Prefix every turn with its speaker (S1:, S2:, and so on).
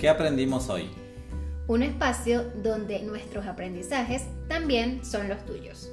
S1: ¿Qué aprendimos hoy?
S2: Un espacio donde nuestros aprendizajes también son los tuyos.